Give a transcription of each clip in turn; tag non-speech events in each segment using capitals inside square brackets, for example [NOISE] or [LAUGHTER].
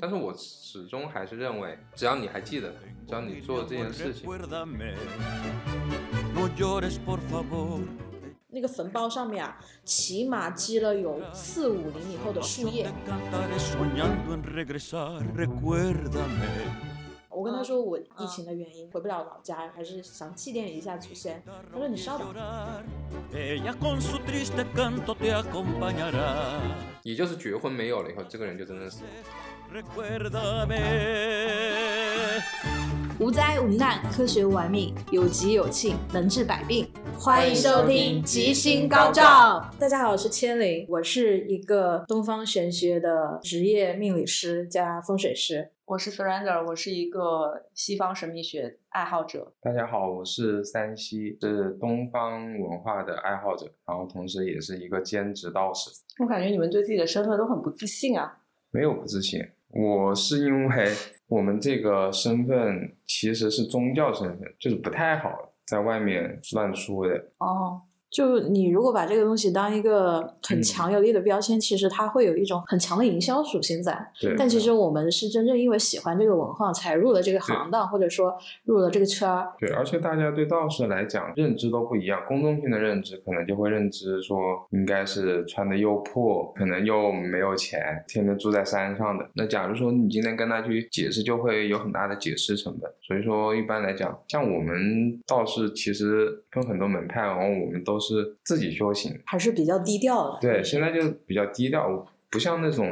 但是我始终还是认为，只要你还记得，只要你做这件事情，那个坟包上面啊，起码积了有四五厘米厚的树叶。我跟他说我疫情的原因回不了老家，还是想祭奠一下祖先。他说你稍等，也就是结婚没有了以后，这个人就真的死了。无灾无难，科学玩命，有疾有庆，能治百病。欢迎收听吉星高照。大家好，我是千灵，我是一个东方玄学的职业命理师加风水师。我是 Surrender，我是一个西方神秘学爱好者。大家好，我是三西，是东方文化的爱好者，然后同时也是一个兼职道士。我感觉你们对自己的身份都很不自信啊。没有不自信，我是因为我们这个身份其实是宗教身份，就是不太好在外面乱说的。哦，就你如果把这个东西当一个很强有力的标签，其实它会有一种很强的营销属性在。对，但其实我们是真正因为喜欢这个文化才入了这个行当，或者说入了这个圈儿。对，而且大家对道士来讲认知都不一样，公众性的认知可能就会认知说应该是穿的又破，可能又没有钱，天天住在山上的。那假如说你今天跟他去解释，就会有很大的解释成本。所以说，一般来讲，像我们道士其实分很多门派，然后我们都是自己修行。还是比较低调的。对，现在就比较低调，不像那种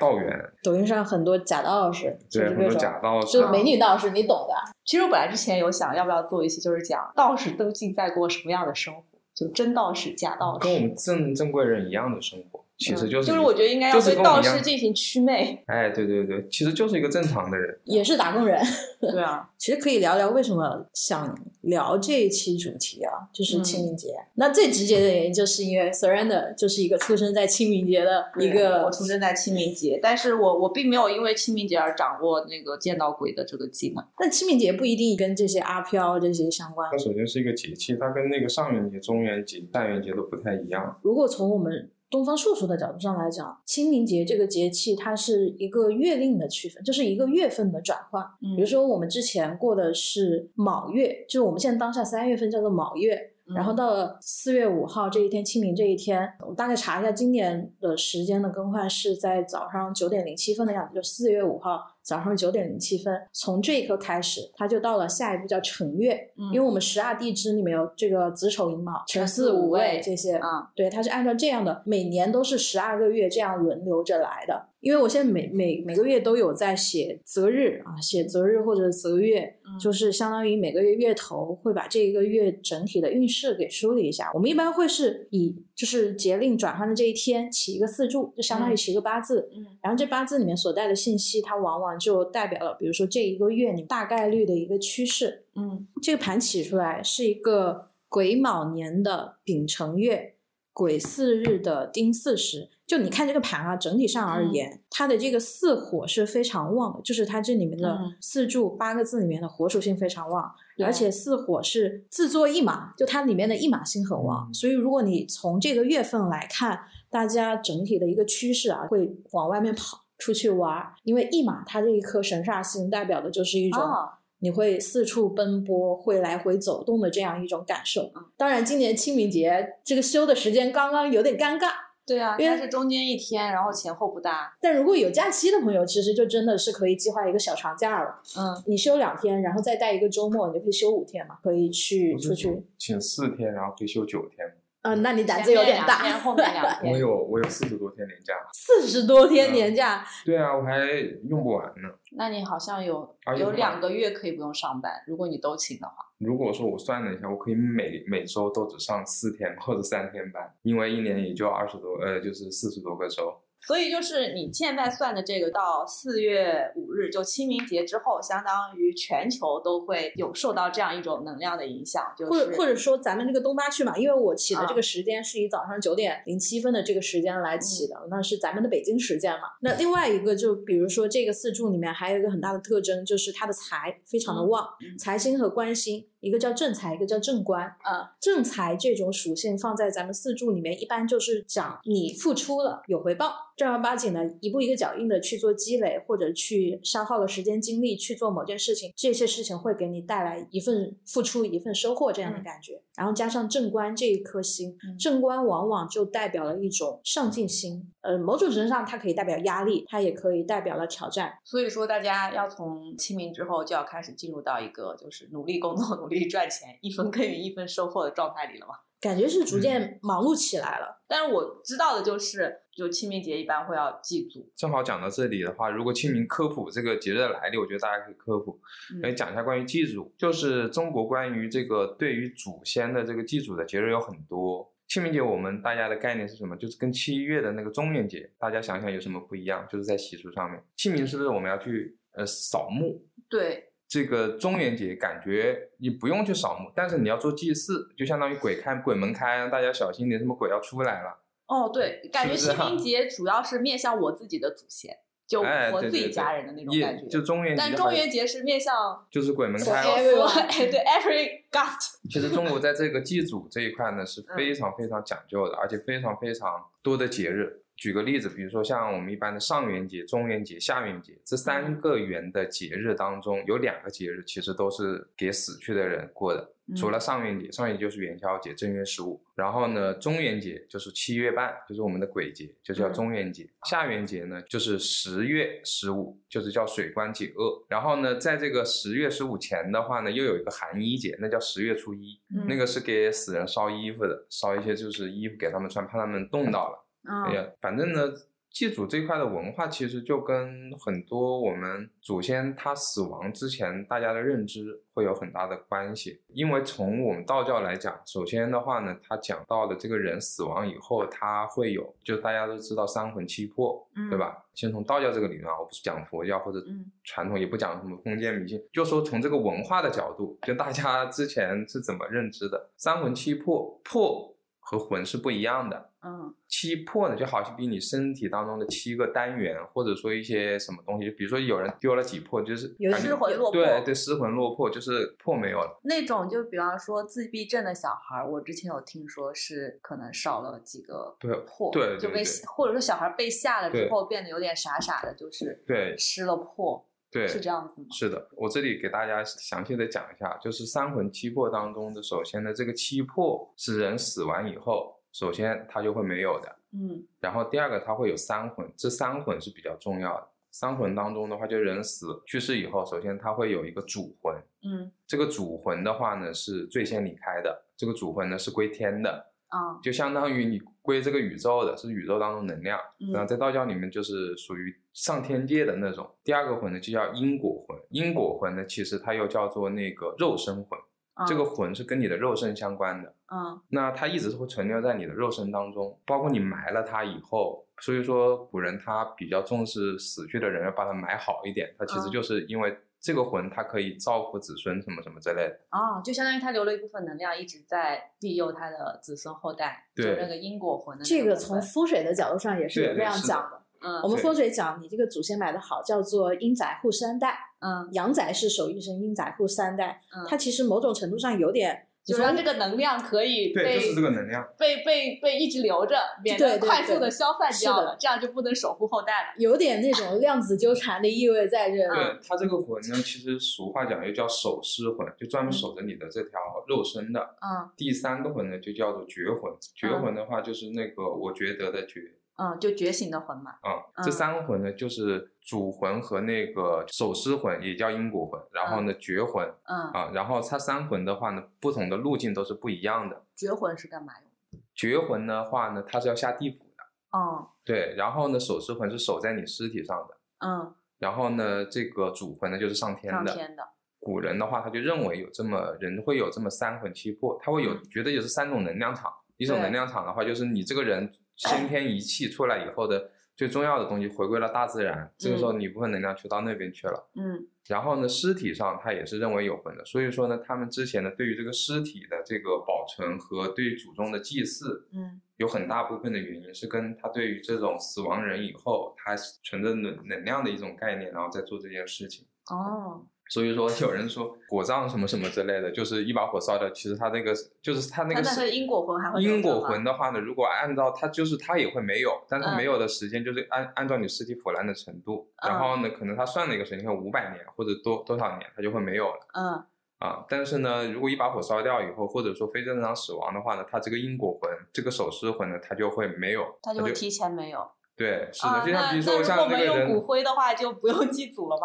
道员，抖音上很多假道士，对，就是很这多种假道士就啊，美女道士，你懂的。其实我本来之前有想要不要做一期，就是讲道士都近在过什么样的生活，就真道士、假道跟我士。们正正规人一样的生活，其实嗯就是、就是我觉得应该要就是对跟我们道一样士进行祛魅。哎，对对对，其实就是一个正常的人。也是打工人。 [LAUGHS] 对啊， [LAUGHS] 其实可以聊聊为什么想聊这一期主题啊，就是嗯清明节。那最直接的原因就是因为 Surrender 就是一个出生在清明节的一个我出生在清明节，但是我我并没有因为清明节而掌握那个见到鬼的这个技能。但清明节不一定跟这些阿飘这些相关它。首先是一个节气，它跟那个上元节、中元节、下元节都不太一样。如果从我们东方术数的角度上来讲，清明节这个节气，它是一个月令的区分，就是一个月份的转换。嗯比如说，我们之前过的是卯月，就是我们现在当下三月份叫做卯月，嗯然后到了四月五号这一天，清明这一天，我大概查一下今年的时间的更换是在早上九点零七分的样子，就四月五号早上九点零七分。从这一刻开始，它就到了下一步叫辰月，嗯因为我们十二地支里面有这个子丑寅卯、辰巳巳午午未未这些啊，对，它是按照这样的，每年都是十二个月这样轮流着来的。因为我现在每每每个月都有在写择日啊，写择日或者择月，嗯就是相当于每个月月头会把这一个月整体的运势给梳理一下。我们一般会是以就是节令转换的这一天起一个四柱，就相当于嗯起一个八字。嗯然后这八字里面所带的信息，它往往就代表了，比如说这一个月你大概率的一个趋势。嗯这个盘起出来是一个癸卯年的丙辰月，癸巳日的丁巳时。就你看这个盘啊，整体上而嗯言，它的这个巳火是非常旺的，就是它这里面的嗯四柱八个字里面的火属性非常旺，对而且巳火是自坐一马，就它里面的一马星很旺。所以如果你从这个月份来看，大家整体的一个趋势啊，会往外面跑。出去玩儿，因为一马它这一颗神煞星代表的就是一种啊，你会四处奔波，会来回走动的这样一种感受。啊当然，今年清明节这个休的时间刚刚有点尴尬，对啊，因为它是中间一天，然后前后不搭。但如果有假期的朋友，其实就真的是可以计划一个小长假了。嗯你休两天，然后再带一个周末，你就可以休五天嘛，可以去出去。请四天，然后可以休九天。嗯，那你胆子有点前面两天大，后面 [LAUGHS] 两我天。有我有四十多天年假。四十多天年假，对啊，我还用不完呢。那你好像有而且有还两个月可以不用上班，如果你都请的话。如果说我算了一下，我可以每每周都只上四天或者三天班，因为一年也就二十多，呃，就是四十多个周。所以就是你现在算的这个，到四月五日就清明节之后，相当于全球都会有受到这样一种能量的影响，就是啊或者或者说咱们这个东八区嘛，因为我起的这个时间是以早上九点零七分的这个时间来起嗯的，那是咱们的北京时间嘛。那另外一个就比如说这个四柱里面还有一个很大的特征，就是它的财非常的旺，嗯财星和官星，一个叫正财，一个叫正官。嗯，正财这种属性放在咱们四柱里面，一般就是讲你付出了有回报。正儿八经的一步一个脚印的去做积累，或者去消耗了时间精力去做某件事情，这些事情会给你带来一份付出、一份收获这样的感觉。然后加上正官这一颗星，嗯正官往往就代表了一种上进心，呃，某种程度上它可以代表压力，它也可以代表了挑战。所以说，大家要从清明之后就要开始进入到一个就是努力工作、努力赚钱、一分耕耘一分收获的状态里了嘛。感觉嗯是逐渐忙碌起来了，但是我知道的就是，就清明节一般会要祭祖，正好讲到这里的话，如果清明科普这个节日的来历，我觉得大家可以科普。来嗯，讲一下关于祭祖，就是中国关于这个对于祖先的这个祭祖的节日有很多。清明节我们大家的概念是什么？就是跟七月的那个中元节，大家想想有什么不一样？就是在习俗上面，清明是不是我们要去呃扫墓？对，这个中元节感觉你不用去扫墓，但是你要做祭祀，就相当于鬼看鬼门开，大家小心点，什么鬼要出来了。哦对，感觉是不是清啊明节主要是面向我自己的祖先，就哎，我对自对己对，家人的那种也感觉。就中元节好但像，中元节是面向就是鬼门所开有了。Everyone 所 [LAUGHS] 哎对 every [LAUGHS] god，其实中国在这个祭祖这一块呢是非常非常讲究的，而且非常非常多的节日。举个例子，比如说像我们一般的上元节、中元节、下元节这三个元的节日当中，有两个节日其实都是给死去的人过的。除了上元节，上元节就是元宵节，正月十五。然后呢，中元节就是七月半，就是我们的鬼节，就叫中元节。下元节呢，就是十月十五，就是叫水官解厄。然后呢，在这个十月十五前的话呢，又有一个寒衣节，那叫十月初一，嗯那个是给死人烧衣服的，烧一些就是衣服给他们穿，怕他们冻到了。 [LAUGHS] 哎嗯呀，反正呢，祭祖这块的文化其实就跟很多我们祖先他死亡之前大家的认知会有很大的关系。因为从我们道教来讲，首先的话呢，他讲到了这个人死亡以后，他会有，就大家都知道三魂七魄，对吧？先从道教这个理论啊，我不是讲佛教或者嗯传统，也不讲什么封建迷信，就说从这个文化的角度，就大家之前是怎么认知的？三魂七魄，魄和魂是不一样的。嗯七魄呢，就好像比你身体当中的七个单元，或者说一些什么东西，比如说有人丢了几魄，就是有感觉失魂落魄对对，失魂落魄，就是魄没有了。那种就比方说自闭症的小孩儿，我之前有听说是可能少了几个对魄，对对就被对或者说小孩被吓了之对后变得有点傻傻的，就是对失了魄，对，是这样子吗？是的，我这里给大家详细的讲一下，就是三魂七魄当中的，首先的这个七魄是人死完以后，首先它就会没有的，嗯然后第二个它会有三魂，这三魂是比较重要的。三魂当中的话，就人死去世以后，首先它会有一个主魂，嗯这个主魂的话呢是最先离开的，这个主魂呢是归天的，啊就相当于你归这个宇宙的，是宇宙当中能量。嗯然后在道教里面就是属于上天界的那种。第二个魂呢就叫因果魂，因果魂呢其实它又叫做那个肉身魂，啊这个魂是跟你的肉身相关的。嗯那它一直是会存留在你的肉身当中，包括你埋了它以后。所以说，古人他比较重视死去的人要把它埋好一点，他其实嗯就是因为这个魂，它可以造福子孙什么什么之类的。啊，就相当于他留了一部分能量，一直在庇佑他的子孙后代，就对那个因果魂的那这个个部从分风水的角度上也是有对这样是的讲的。嗯我们对风水讲，你这个祖先买的好，叫做阴宅护三代，嗯阳宅是守一生，阴宅护三代。嗯，它其实某种程度上有点，就让这个能量可以对，被就是这个能量。被被被一直留着，免对得对快速对的消散是掉的了，这样就不能守护后代了。有点那种量子纠缠的意味在这嗯里。对它这个魂呢，其实俗话讲又叫守尸魂，就专门守着你的这条肉身的。嗯第三个魂呢，就叫做觉魂。觉嗯魂的话，就是那个我觉得的觉嗯，就觉醒的魂嘛。啊、这嗯三个魂呢，就是主魂和那个守尸魂，也叫因果魂。然后呢，觉魂嗯，啊、然后它三魂的话呢，不同的路径都是不一样的。觉魂是干嘛用？觉魂的话呢，它是要下地府的。哦，对，然后呢，守尸魂是守在你尸体上的。嗯，然后呢，这个主魂呢就是上天上的，天的。古人的话，他就认为有这么人会有这么三魂七魄，他会有觉得也是三种能量场。一种对能量场的话，就是你这个人先天一气出来以后的最重要的东西回归了大自然，这个时候你一部分能量就到那边去了。嗯然后呢，尸体上他也是认为有魂的，所以说呢，他们之前呢对于这个尸体的这个保存和对于祖宗的祭祀，嗯有很大部分的原因是跟他对于这种死亡人以后他存着能能量的一种概念，然后再做这件事情。哦，所以说，有人说 [LAUGHS] 火葬什么什么之类的，就是一把火烧掉。其实它那个就是它那那个它是的因果魂还会留因着果吗魂的话呢，如果按照它就是它也会没有，但它嗯没有的时间就是按按照你尸体腐烂的程度，然嗯后呢，可能它算了一个时间，五百年或者多多少年，它就会没有了。嗯啊，但是呢，如果一把火烧掉以后，或者说非正常死亡的话呢，它这个因果魂，这个手尸魂呢，它就会没有，它就会提前没有对，是的，啊。就像那比如那说如果像我这们个用骨人，灰的话，就不用祭祖了吧？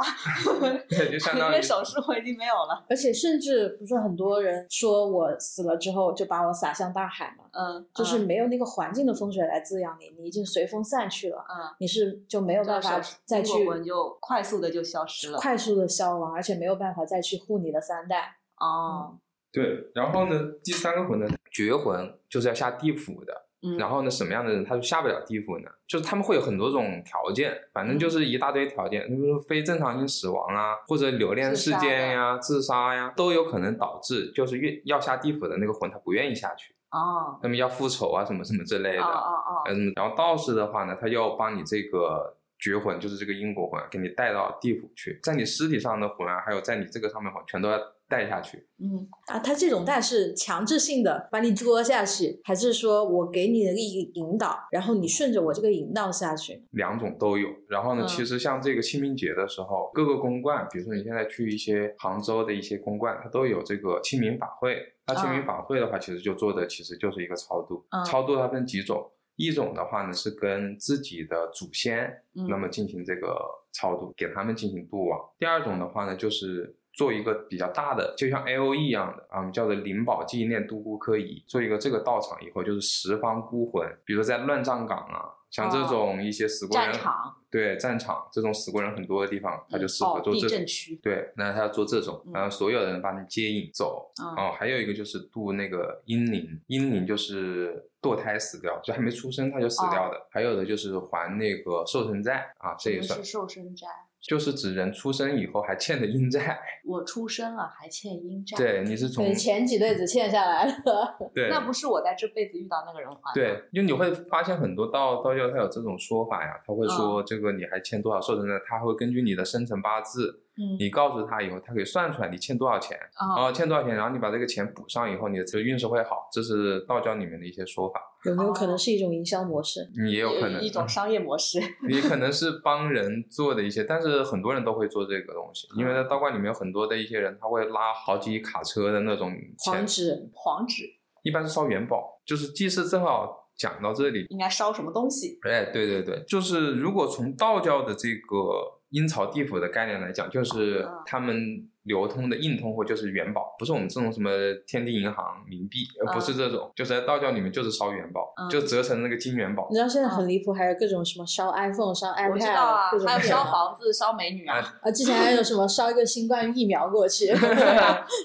对，就相 [LAUGHS] 因当为于手势我已经没有了。而且甚至不是很多人说我死了之后就把我撒向大海嘛，嗯，就是嗯没有那个环境的风水来滋养你，你已经随风散去了，嗯，你是就没有办法就是手再因去果魂就快速的就消失了。快速的消亡，而且没有办法再去护你的三代。哦，对。然后呢，第三个魂呢，绝魂就是要下地府的。嗯，然后呢，什么样的人他就下不了地府呢？就是他们会有很多种条件，反嗯正就是一大堆条件，比如说非正常性死亡啊，或者留恋事件呀、自杀呀、都有可能导致，就是越要下地府的那个魂他不愿意下去，哦，那么要复仇啊什么什么之类哦的。哦哦，嗯，然后道士的话呢，他要帮你这个绝魂，就是这个因果魂，给你带到地府去，在你尸体上的魂啊，还有在你这个上面的魂，全都要带下去。嗯，啊，他这种带是强制性的把你捉下去，还是说我给你的一个引导，然后你顺着我这个引导下去？两种都有。然后呢，嗯其实像这个清明节的时候，各个公馆，比如说你现在去一些杭州的一些公馆，它都有这个清明法会。那清明啊法会的话，其实就做的其实就是一个超度。嗯超度它分几种，一种的话呢是跟自己的祖先，嗯那么进行这个超度，给他们进行渡往。第二种的话呢就是。做一个比较大的，就像 A O E 一样的啊，我们叫做灵宝纪念独孤科仪，做一个这个道场以后，就是十方孤魂，比如在乱葬岗啊，像这哦种一些死过战人场，对战场这种死过人很多的地方，他就适合哦做这地种。震区，对，那他要做这种，嗯然后所有人把你接引走。嗯哦，还有一个就是渡那个阴灵，阴灵就是堕胎死掉，就还没出生他就死哦掉的。还有的就是还那个寿辰债啊，这也什算么是，瘦身债。就是指人出生以后还欠的阴 [LAUGHS] 债。我出生了还欠阴债，对，，你是从对，前几辈子欠下来了。 [LAUGHS] 对那不是我在这辈子遇到那个人还的，对，因为你会发现很多道道教它有这种说法呀，他会嗯说这个你还欠多少寿辰债，他会根据你的生辰八字，嗯你告诉他以后，他可以算出来你欠多少钱，啊，哦，欠多少钱，然后你把这个钱补上以后，你的这个运势会好，这是道教里面的一些说法，有没有可能是一种营销模式？嗯也有可能一种商业模式，也可能是帮人做的一些，但是很多人都会做这个东西，因为在道观里面有很多的一些人，他会拉好几卡车的那种黄钱，纸，黄纸一般是烧元宝，就是祭祀正好讲到这里，应该烧什么东西？哎，对对对，就是如果从道教的这个阴曹地府的概念来讲，就是嗯他们流通的硬通货就是元宝，不是我们这种什么天地银行冥币，呃嗯不是这种，就是在道教里面就是烧元宝，嗯就折成那个金元宝 [LAUGHS] 你。知道现在很离谱，还有各种什么烧 iPhone、烧我知道啊 iPad，各，种还有各烧样房子、烧美女啊，哎啊，之前还有什么烧一个新冠疫苗 [LAUGHS] 过去，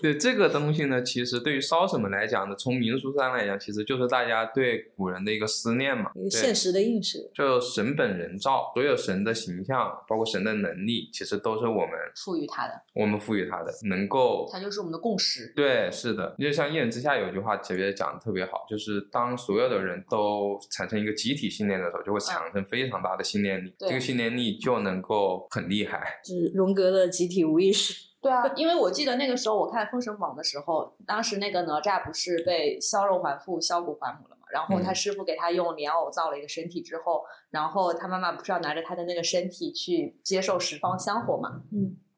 对这个东西呢，其实对于烧什么来讲呢，从民俗上来讲，其实就是大家对古人的一个思念嘛，一个对现实的映射。就神本人造，所有神的形象，包括神的能力，其实都是我们赋予它的，我们赋予他的，能够它就是我们的共识。对，是的，就像一人之下有句话，特别讲的特别好，就是当所有的人都产生一个集体信念的时候，就会产生非常大的信念力，嗯对这个信念力就能够很厉害。就是荣格的集体无意识，对啊，因为我记得那个时候我看《封神榜》的时候，当时那个哪吒不是被削肉还父、削骨还母了嘛？然后他嗯师傅给他用莲藕造了一个身体之后，然后他妈妈不是要拿着他的那个身体去接受十方香火嘛？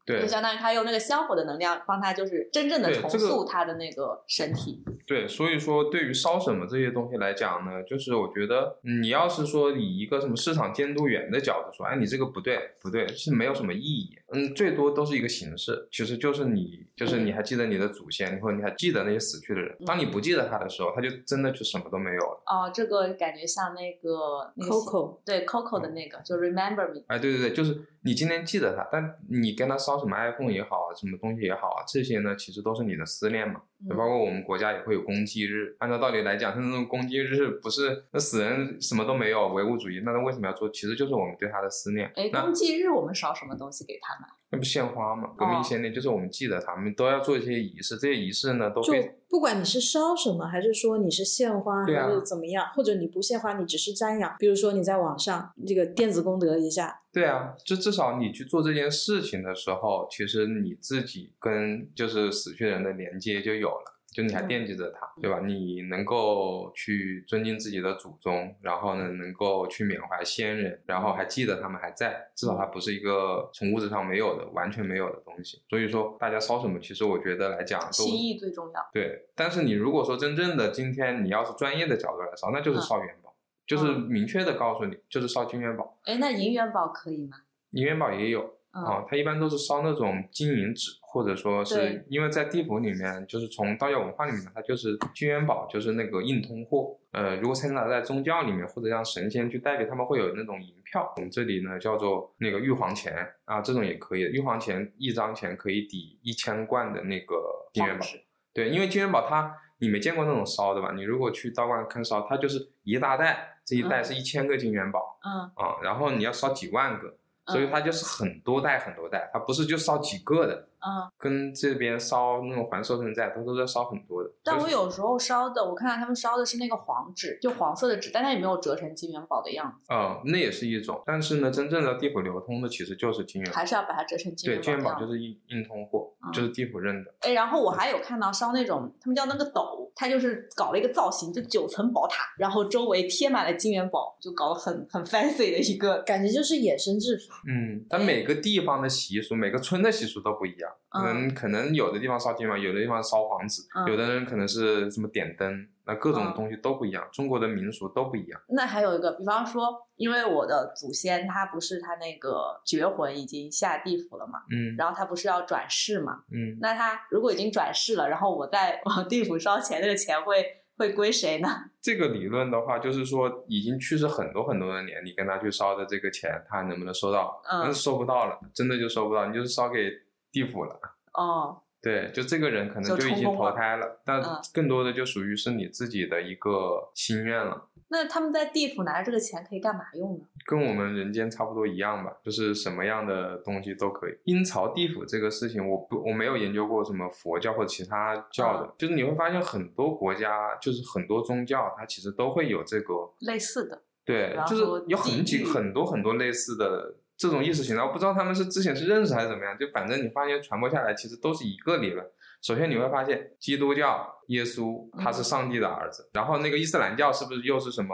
对就相当于他用那个香火的能量帮他，就是真正的对重这个塑他的那个身体。对，所以说对于烧什么这些东西来讲呢，就是我觉得你要是说以一个什么市场监督员的角度说，哎，你这个不对不对，是没有什么意义，嗯，最多都是一个形式，其实就是你就是你还记得你的祖先，或者你还记得那些死去的人，当嗯你不记得他的时候，他就真的就什么都没有了。哦、这个感觉像那个那个 Coco 对 Coco 的那个，就 Remember Me。哎，对对对，就是你今天记得他，但你跟他烧什么 iPhone 也好啊，什么东西也好啊，这些呢，其实都是你的思念嘛。嗯包括我们国家也会有公祭日，按照道理来讲，像那种公祭日不是那死人什么都没有，唯物主义，那他为什么要做？其实就是我们对他的思念。哎，那公祭日我们烧什么东西给他们？那不献花嘛，革命哦先烈就是我们记得他们都要做一些仪式，这些仪式呢都就非不管你是烧什么，还是说你是献花，对啊还是怎么样，或者你不献花，你只是瞻仰，比如说你在网上这个电子功德一下，对啊，就至少你去做这件事情的时候，其实你自己跟就是死去的人的连接就有了，就你还嗯惦记着他，对吧？你能够去尊敬自己的祖宗，然后呢，能够去缅怀先人，然后还记得他们还在，至少它不是一个从物质上没有的、完全没有的东西。所以说，大家烧什么，其实我觉得来讲都心意最重要。对，但是你如果说真正的今天你要是专业的角度来烧，那就是嗯烧元宝，就是嗯明确的告诉你，就是烧金元宝，哎，那银元宝可以吗？银元宝也有。嗯，啊，它一般都是烧那种金银纸，或者说对是因为在地府里面，就是从道教文化里面，它就是金元宝，就是那个硬通货。呃，如果掺杂在宗教里面，或者让神仙去代表，他们会有那种银票，我们这里呢叫做那个玉皇钱啊，这种也可以的。玉皇钱一张钱可以抵一千贯的那个金元宝，对，因为金元宝它你没见过那种烧的吧？你如果去道观看烧，它就是一大袋，这一袋嗯是一千个金元宝，嗯，啊，然后你要烧几万个，所以嗯它就是很多袋很多袋，它不是就烧几个的，嗯，跟这边烧那种环寿生债，它都在烧很多的。但就我是有时候烧的，我看到他们烧的是那个黄纸，就黄色的纸，但它也没有折成金元宝的样子，呃，那也是一种，但是呢，真正的地府流通的其实就是金元宝还，是要把它折成金对，元金元宝嗯宝就的样子。是硬硬通货，就是地府认的。哎，然后我还有看到烧那种，他们叫那个斗，它就是搞了一个造型，就九层宝塔，然后周围贴满了金元宝，就搞得很很 fancy 的一个。感觉就是衍生制品。嗯，它哎每个地方的习俗，每个村的习俗都不一样。可能可能有的地方烧金嘛，有的地方烧黄纸，嗯有的人可能是什么点灯，那各种嗯东西都不一样，中国的民俗都不一样。那还有一个，比方说，因为我的祖先他不是他那个绝魂已经下地府了嘛，嗯然后他不是要转世嘛，嗯，那他如果已经转世了，然后我再往地府烧钱，那个钱会会归谁呢？这个理论的话，就是说已经去世很多很多的年，你跟他去烧的这个钱，他能不能收到？嗯但是收不到了，真的就收不到，你就是烧给地府了。哦，对，就这个人可就能就已充经公了投胎了，但嗯更多的就属于是你自己的一个心愿了，那他们在地府拿着这个钱可以干嘛用呢？跟我们人间差不多一样吧，就是什么样的东西都可以。阴曹地府这个事情，我不我没有研究过什么佛教或者其他教嗯的，就是你会发现很多国家，就是很多宗教，它其实都会有这个类似的，对然，就后是有很地几域很多很多类似的这种意识形态，我不知道他们是之前是认识还是怎么样，就反正你发现传播下来，其实都是一个理论。首先你会发现，基督教耶稣他是上帝的儿子，然后那个伊斯兰教是不是又是什么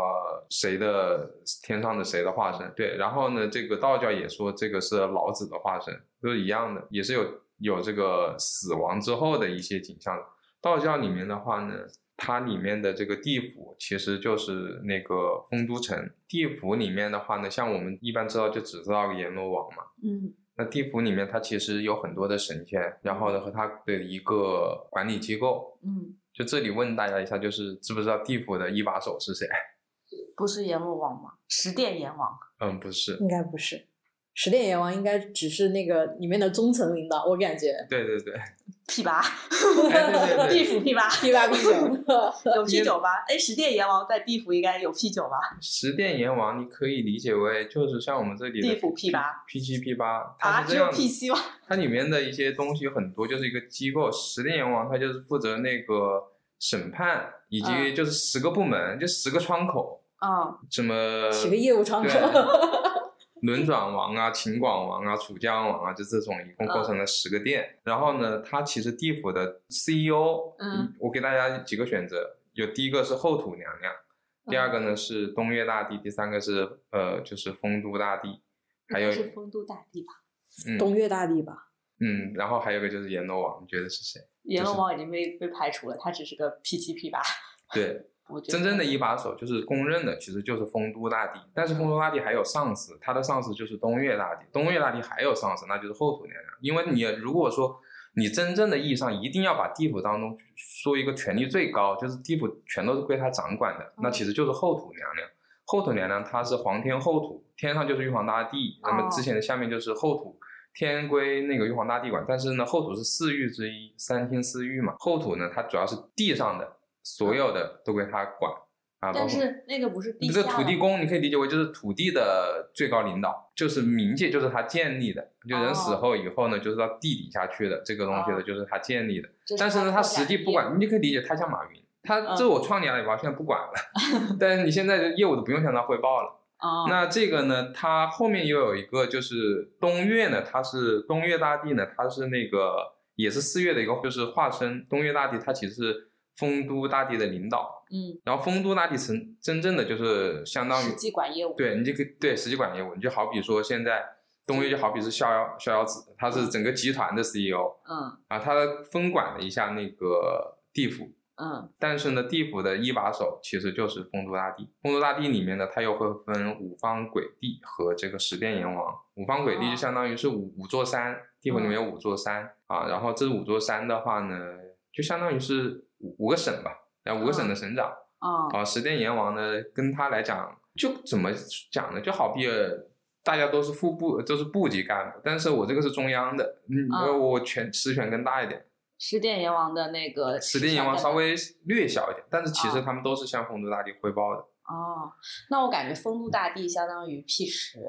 谁的天上的谁的化身？对，然后呢，这个道教也说这个是老子的化身，都是一样的，也是有有这个死亡之后的一些景象的。道教里面的话呢，它里面的这个地府其实就是那个丰都城。地府里面的话呢，像我们一般知道就只知道阎罗王嘛。嗯那地府里面它其实有很多的神仙，然后呢和它的一个管理机构。嗯，就这里问大家一下，就是知不知道地府的一把手是谁？ [LAUGHS] 不是阎罗王吗？十殿阎王，嗯，不是。应该不是，十殿阎王应该只是那个里面的中层领导，我感 [LAUGHS] 觉。对对对， P 八，对对地府 P 八， P 八 P [LAUGHS] 呃九，有 P 九吧？哎，十殿阎王在地府应该有 P 九吧？十殿阎王，你可以理解为就是像我们这里的地府 P 八 P 七 P 八，它啊，是这只样有的 P 七吧？它里面的一些东西很多就是一个机构，十殿阎王他就是负责那个审判，以及嗯就是十个部门，就十个窗口，嗯，什么起个业务窗口。对啊轮转王啊、秦广王啊、楚江王啊，就这种一共嗯构成了十个店。然后呢，它其实地府的 CEO，嗯，我给大家几个选择，有第一个是后土娘娘，第二个呢是东岳大帝，第三个是呃就是丰都大帝， [LAUGHS] 还有应嗯该是丰都大帝吧？ [LAUGHS] 东岳大帝吧，嗯，然后还有一个就是阎罗王，你觉得是谁？阎罗王已经被被排除了，他只是个 P 七 P 八。对，我觉得真正的一把手就是公认的，其实就是丰都大帝。但是丰都大帝还有上司，他的上司就是东岳大帝，东岳大帝还有上司，那就是后土娘娘。因为你如果说你真正的意义上一定要把地府当中说一个权力最高，就是地府全都是归他掌管的，那其实就是后土娘娘。后土娘娘她是皇天后土，天上就是玉皇大帝，那么之前的下面就是后土。天归那个玉皇大帝管，但是呢，后土是四御之一，三清四御嘛。后土呢，它主要是地上的所有的都归它管，啊，包但括是那个不是地这下个土地吗公，你可以理解为就是土地的最高领导，就是冥界，就是他建立的。就人死后以后呢，就是到地底下去的这个东西哦的，就是他建立的。这但是呢，他他拓实展际业嗯不管，你就可以理解他像马云，他这我创立阿里巴巴，现在不管 [LAUGHS] 了，但是你现在的业务都不用向他汇报了。啊，那这个呢，它后面又有一个就是东岳呢，它是东岳大帝呢，它是那个也是四岳的一个就是化身。东岳大帝他其实是丰都大帝的领导，嗯，然后丰都大帝真真正的就是相当于实际管业务，对，你就可以对实际管业务，你就好比说现在东岳就好比是逍遥逍遥子，他是整个集团的 CEO 嗯啊，他分管了一下那个地府，嗯但是呢，地府的一把手其实就是丰都大帝。丰都大帝里面呢，它又会分五方鬼帝和这个十殿阎王。五方鬼帝就相当于是五五座山，地府里面有五座山、啊。然后这五座山的话呢，就相当于是五五个省吧，然后五个省的省长。啊啊，十殿阎王呢，跟他来讲，就怎么讲呢？就好比呃大家都是副部，都是部级干部，但是我这个是中央的，嗯，啊我权实权更大一点。十殿阎王的那个十殿阎王稍微略小一点，但是其实啊他们都是向丰都大帝汇报的。哦，那我感觉丰都大帝相当于 P 十，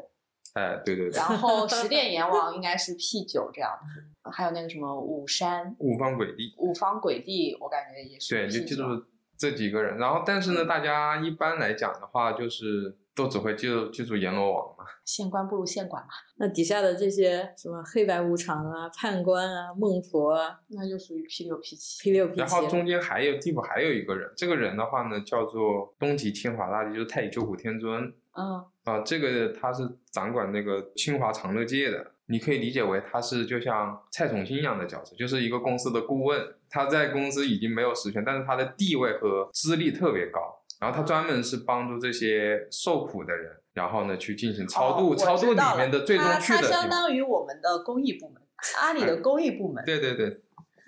哎，对对对然，后十殿阎王应该是 P 九这样子，还有那个什么五山五方鬼帝，五方鬼帝，我感觉也是对， P 就记九住这几个人。然后，但是呢，大家一般来讲的话，就是都只会记住记住阎罗王嘛。县官不如县管嘛，那底下的这些什么黑白无常啊、判官啊、孟婆啊、那就属于 P 六 P 七。 P 六 P 然后七，中间还有地府还有一个人，这个人的话呢，叫做东极清华大帝，就是太乙救苦天尊。嗯啊，这个他是掌管那个清华长乐界的，你可以理解为他是就像蔡崇信一样的角色，就是一个公司的顾问。他在公司已经没有实权，但是他的地位和资历特别高。然后他专门是帮助这些受苦的人，然后呢去进行超哦度，我超知度里道面了的最终它去它的地相方。嗯当于我们的公益部门，阿里的公益部门。对对对，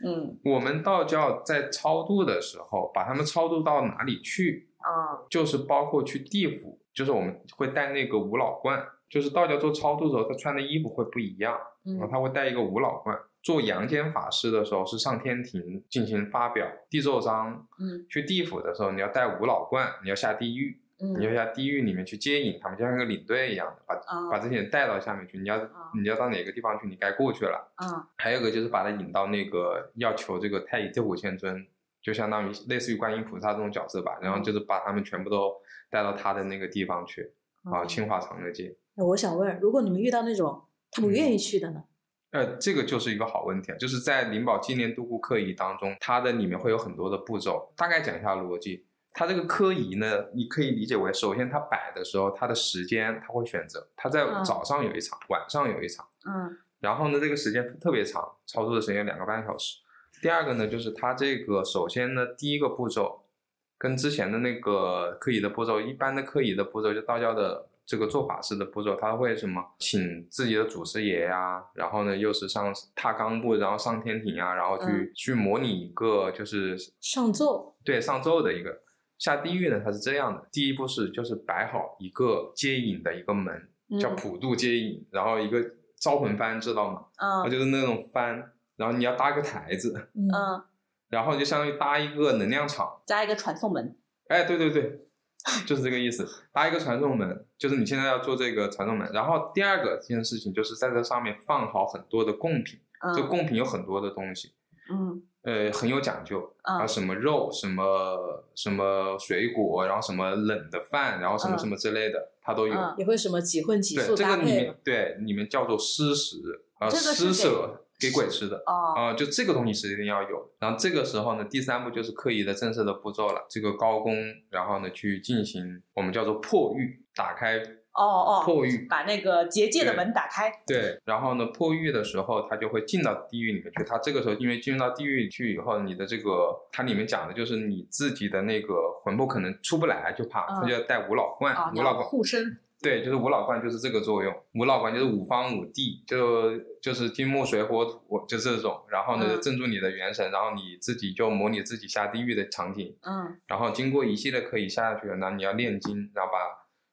嗯我们道教在超度的时候，把他们超度到哪里去，啊就是包括去地府，就是我们会带那个五老冠，就是道教做超度的时候，他穿的衣服会不一样，然后嗯他会带一个五老冠。做阳间法事的时候是上天庭进行发表地奏章，嗯去地府的时候你要带五老冠，你要下地狱，你要嗯下地狱里面去接引他们，就像一个领队一样的，把把啊这些人带到下面去。你要你要到哪个地方去，你该过去了。啊还有一个就是把他引到那个要求这个太乙救苦天尊，就相当于类似于观音菩萨这种角色吧，然后就是把他们全部都带到他的那个地方去啊，清华长乐界。哎我想问，如果你们遇到那种他嗯不愿意去的呢？呃，这个就是一个好问题，啊，就是在灵宝纪念度孤科仪当中，它的里面会有很多的步骤，大概讲一下逻辑。它这个科仪呢，你可以理解为，首先它摆的时候，它的时间它会选择，它在嗯早上有一场，晚上有一场。嗯然后呢，这个时间特别长，超出的时间有两个半小时。第二个呢，就是它这个首先呢，第一个步骤跟之前的那个科仪的步骤，一般的科仪的步骤就道教的这个做法事的步骤，它会什么请自己的祖师爷呀、然后呢又是上踏罡步，然后上天庭啊，然后去、嗯去模拟一个就是上奏，对上奏的一个下地狱呢，它是这样的，第一步是就是摆好一个接引的一个门，叫嗯普渡接引，然后一个招魂幡，知道吗？它嗯就是那种帆，然后你要搭个台子，嗯嗯，然后就相当于搭一个能量场。加一个传送门。哎，对对对，就是这个意思。搭一个传送门，就是你现在要做这个传送门。然后第二个一件事情就是在这上面放好很多的贡品，这嗯贡品有很多的东西，嗯呃，很有讲究。啊，嗯什么肉，什么什么水果，然后什么冷的饭，然后什么嗯什么之类的，它都有。嗯也会什么几荤几对，素这搭个你配嘛们对你们叫做施食啊，这个是施舍给鬼吃的。哦啊、就这个东西是一定要有的。然后这个时候呢，第三步就是科仪的正式的步骤了。这个高工，然后呢去进行我们叫做破狱，打开哦哦，破狱。把那个结界的门打开。对，然后呢，破狱的时候，他就会进到地狱里面去。他这个时候，因为进入到地狱去以后，你的这个，它里面讲的就是你自己的那个魂魄可能出不来，就怕，嗯他就要带五老啊冠，，你五要老冠护身。对，就是五老观就是这个作用。五老观就是五方五帝，就就是金木水火土，就这种。然后呢，嗯就镇住你的元神，然后你自己就模拟自己下地狱的场景，嗯然后经过一系列可以下去了，然后你要念经，然后把，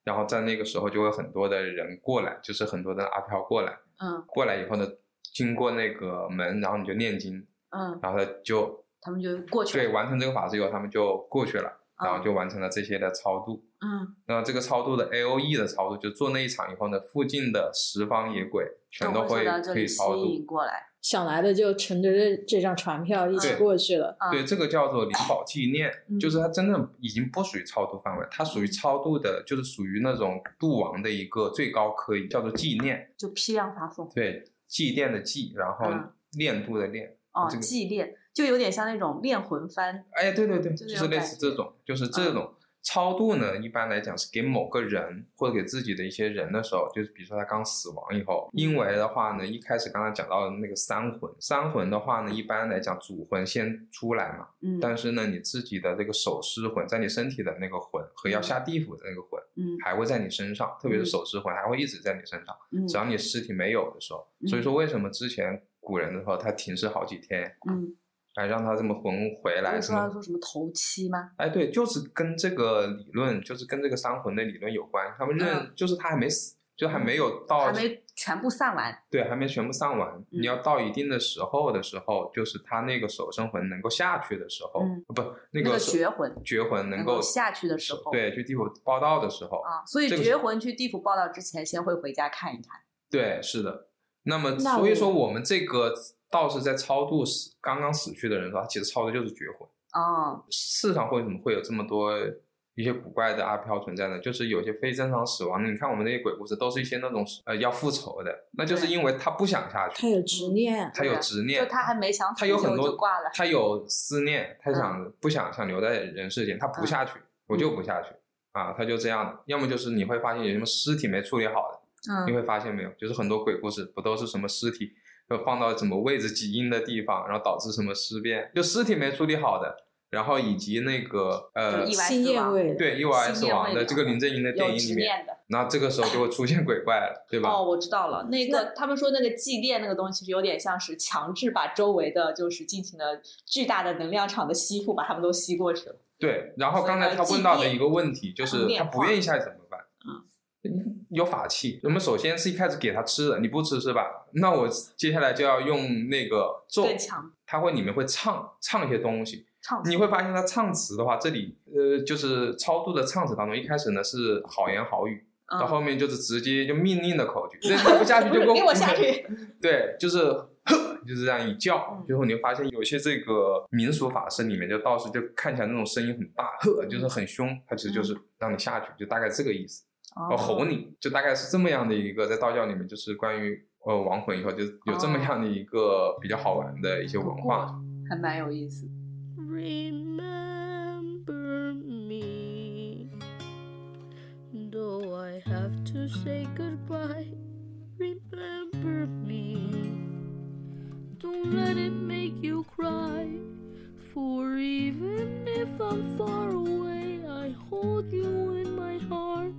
然后在那个时候就会很多的人过来，就是很多的阿飘过来，嗯过来以后呢，经过那个门，然后你就念经，嗯，然后就他们就过去对了。完成这个法事以后，他们就过去了。然后就完成了这些的超度。嗯，那这个超度的 A O E 的超度，就做那一场以后呢，附近的十方野鬼全都我会到这可以里吸超度引。过来，想来的就乘着这这张船票一起对过去了。啊对，这个叫做灵宝纪念，嗯就是它真正已经不属于超度范围，它嗯属于超度的，就是属于那种度亡的一个最高科仪，叫做纪念。就批量发送。对，祭奠的祭，然后嗯炼度的炼。哦，这个祭奠就有点像那种炼魂幡，哎，对对对，就就是那种类感似这种，就是嗯这种。超度呢，一般来讲是给某个人或者给自己的一些人的时候，就是比如说他刚死亡以后，因为的话呢，一开始刚才讲到的那个三魂，三魂的话呢，一般来讲主魂先出来嘛，嗯但是呢，你自己的这个手尸魂，在你身体的那个魂和要下地府的那个魂，嗯还会在你身上，特别是手尸魂还会一直在你身上，嗯只要你尸体没有的时候，所以说为什么之前古人的时候他停尸好几天，嗯，来让他这么魂回不来，是什说要么说什么头七吗？哎，对，就是跟这个理论，就是跟这个三魂的理论有关。他们认、嗯就是他还没死，就还没有到，还没全部散完，对，还没全部上完。嗯你要到一定的时候的时候，就是他那个手生魂能够下去的时候，嗯不，那那个个手绝魂绝魂能能够够下去的时候对，去地府报道的时候，啊，所以这个绝是魂去地府报道之前，先会回家看一看。对，是的。那么那所以我说，我们这个道士在超度死刚刚死去的人的时候，他其实超的就是绝魂。哦，市场为什么会有这么多一些古怪的阿飘存在呢？就是有些非正常死亡。你看我们那些鬼故事，都是一些那种呃要复仇的，那就是因为他不想下去，他有执嗯念，他有执念，就他还没想死他有很就多就挂了。嗯他有思念，他想、不想想留在人世间，他不下去，我就不下嗯去。啊，他就这样的，要么就是你会发现有什么尸体没处理好的，你嗯，会发现没有，就是很多鬼故事不都是什么尸体就放到什么位置极阴的地方，然后导致什么尸变，就尸体没处理好的，然后以及那个呃就意外心死厌亡未了。对，意外心死念亡未的了这个林正英的电有影执里面，念的。那这个时候就会出现鬼怪了，对吧？哦，我知道了，那那个他们说那个祭奠那个东西，其实有点像是强制把周围的就是进行了巨大的能量场的吸附，把他们都吸过去了。对。然后所以刚才呢他即问到的便一个问题就是常，年他不愿意下去怎么办？嗯嗯，有法器。我们首先是一开始给他吃的，你不吃是吧？那我接下来就要用那个咒，更强他会里面会唱唱一些东西，唱你会发现他唱词的话，这里呃就是超度的唱词当中，一开始呢是好言好语，到后面就是直接就命令的 [LAUGHS] 口诀，那再不下去嗯哎不就是给我给我下去。 [LAUGHS] 对，就是 [LAUGHS] 呵，就是这样一叫嗯，最后你会发现有些这个民俗法师里面，就道士就看起来那种声音很大，呵，就是很凶，他其实嗯就是让你下去，就大概这个意思，哦要吼你，就大概是这么样的一个在道教里面，就是关于呃亡魂以后，就有这么哦样的一个比较好玩的一些文化。还蛮有意思。 Remember me. Though I have to say goodbye, remember me. Don't let it make you cry. For even if I'm far away, I hold you in my heart.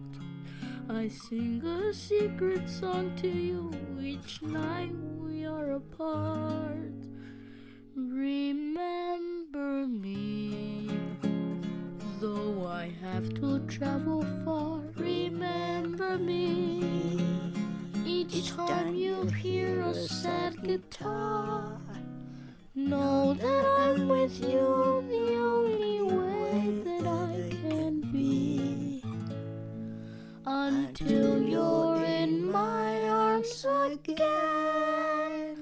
I sing a secret song to you each night we are apart. Remember me. Though I have to travel far, remember me. Each, time you hear a sad guitar, know that I'm with you the only way that I can be. Until you're in my arms again.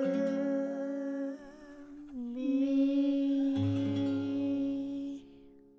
Remember me.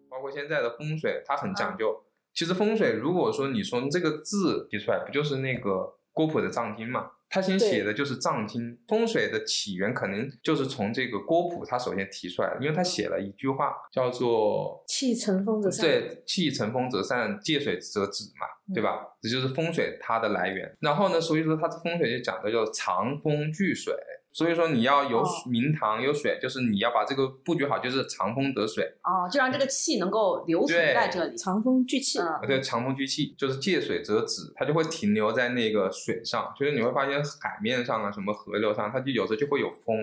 包括现在的风水，它很讲究。其实风水，如果说你从这个字提出来，不就是那个郭璞的藏经嘛？他先写的就是藏经。风水的起源可能就是从这个郭璞他首先提出来的，因为他写了一句话叫做气乘风则散。对，气乘风则散，借水则止嘛，对吧？这就是风水它的来源。然后呢，所以说它的风水就讲的叫藏风聚水，所以说你要有哦明堂有水，就是你要把这个布局好，就是藏风得水。哦，就让这个气能够留存对在这里。藏风聚气，嗯，对，长风聚气就是借水则止，它就会停留在那个水上，就是你会发现海面上啊，什么河流上，它就有时候就会有风，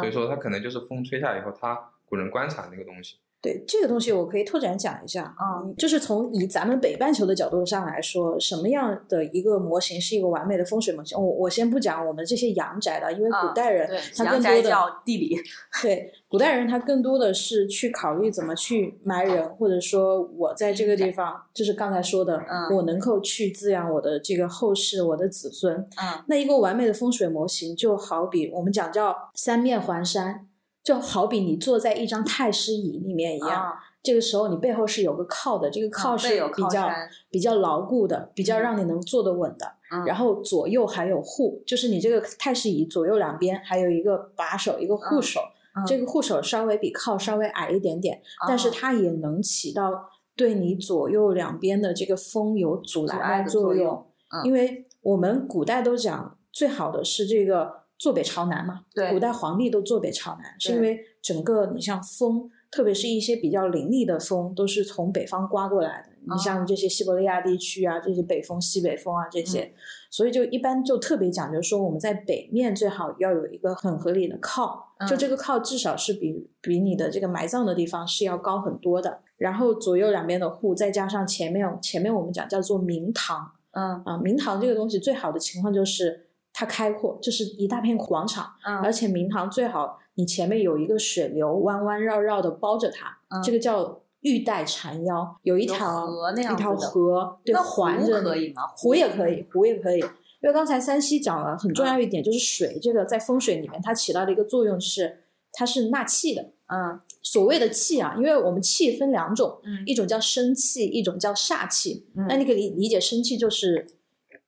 所以嗯，说它可能就是风吹下以后，它古人观察那个东西，对这个东西，我可以拓展讲一下嗯啊就是从以咱们北半球的角度上来说，什么样的一个模型是一个完美的风水模型？我我先不讲我们这些洋宅了，因为啊古代人对，他阳更宅多的、叫地理，对古代人他更多的是去考虑怎么去埋人，或者说我在这个地方，就是刚才说的，嗯我能够去滋养我的这个后世，我的子孙。嗯，那一个完美的风水模型，就好比我们讲叫三面环山，就好比你坐在一张太师椅里面一样。啊这个时候你背后是有个靠的，这个靠嗯是背有比靠较、山比较牢固的，比较让你能坐得稳的。嗯然后左右还有护，就是你这个太师椅左右两边还有一个把手，一个护手。嗯这个护手稍微比靠稍微矮一点点，但是哦它也能起到对你左右两边的这个风有阻阻碍拦的的作作用嗯因为我们古代都讲最好的是这个坐北朝南嘛，对古代皇帝都坐北朝南，是对因为整个你像风，特别是一些比较凌厉的风，都是从北方刮过来的。哦你像这些西伯利亚地区啊，这些北风、西北风啊这些，嗯所以就一般就特别讲究说，我们在北面最好要有一个很合理的靠，嗯就这个靠至少是比比你的这个埋葬的地方是要高很多的。然后左右两边的户，再加上前面前面我们讲叫做明堂嗯啊，明堂这个东西最好的情况就是它开阔，就是一大片广场，而嗯且明堂最好你前面有一个水流弯弯绕绕的包着它，嗯这个叫玉带缠腰，有一有条河那一样条子的河，对，那环湖着可你以吗嗯湖也可以，湖也可以。因为刚才山西讲了很重要一点，就是水这个在风水里面它起到的一个作用是，它是纳气的。嗯所谓的气啊，因为我们气分两种，嗯一种叫生气，一种叫煞气。嗯那你可以理解生气就是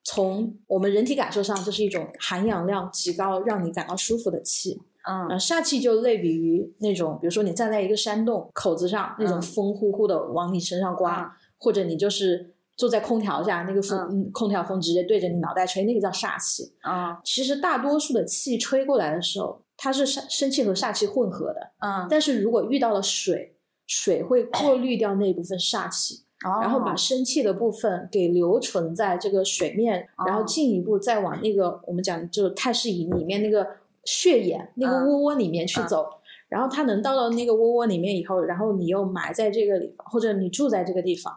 从我们人体感受上，就是一种含氧量极高，让你感到舒服的气。嗯呃，煞气就类比于那种，比如说你站在一个山洞口子上，那嗯种风呼呼的往你身上刮，或者你就是坐在空调下，那个风、嗯、空调风直接对着你脑袋吹，那个叫煞气。嗯其实大多数的气吹过来的时候，它是煞生气和煞气混合的，嗯，但是如果遇到了水，水会过滤掉那部分煞气，然然后把生气的部分给留存在这个水面，然后哦进一步再往那个我们讲就是太师椅里面那个血眼那嗯个窝窝里面去嗯走。然后它能到到那个窝窝里面以后，然后你又埋在这个里，或者你住在这个地方，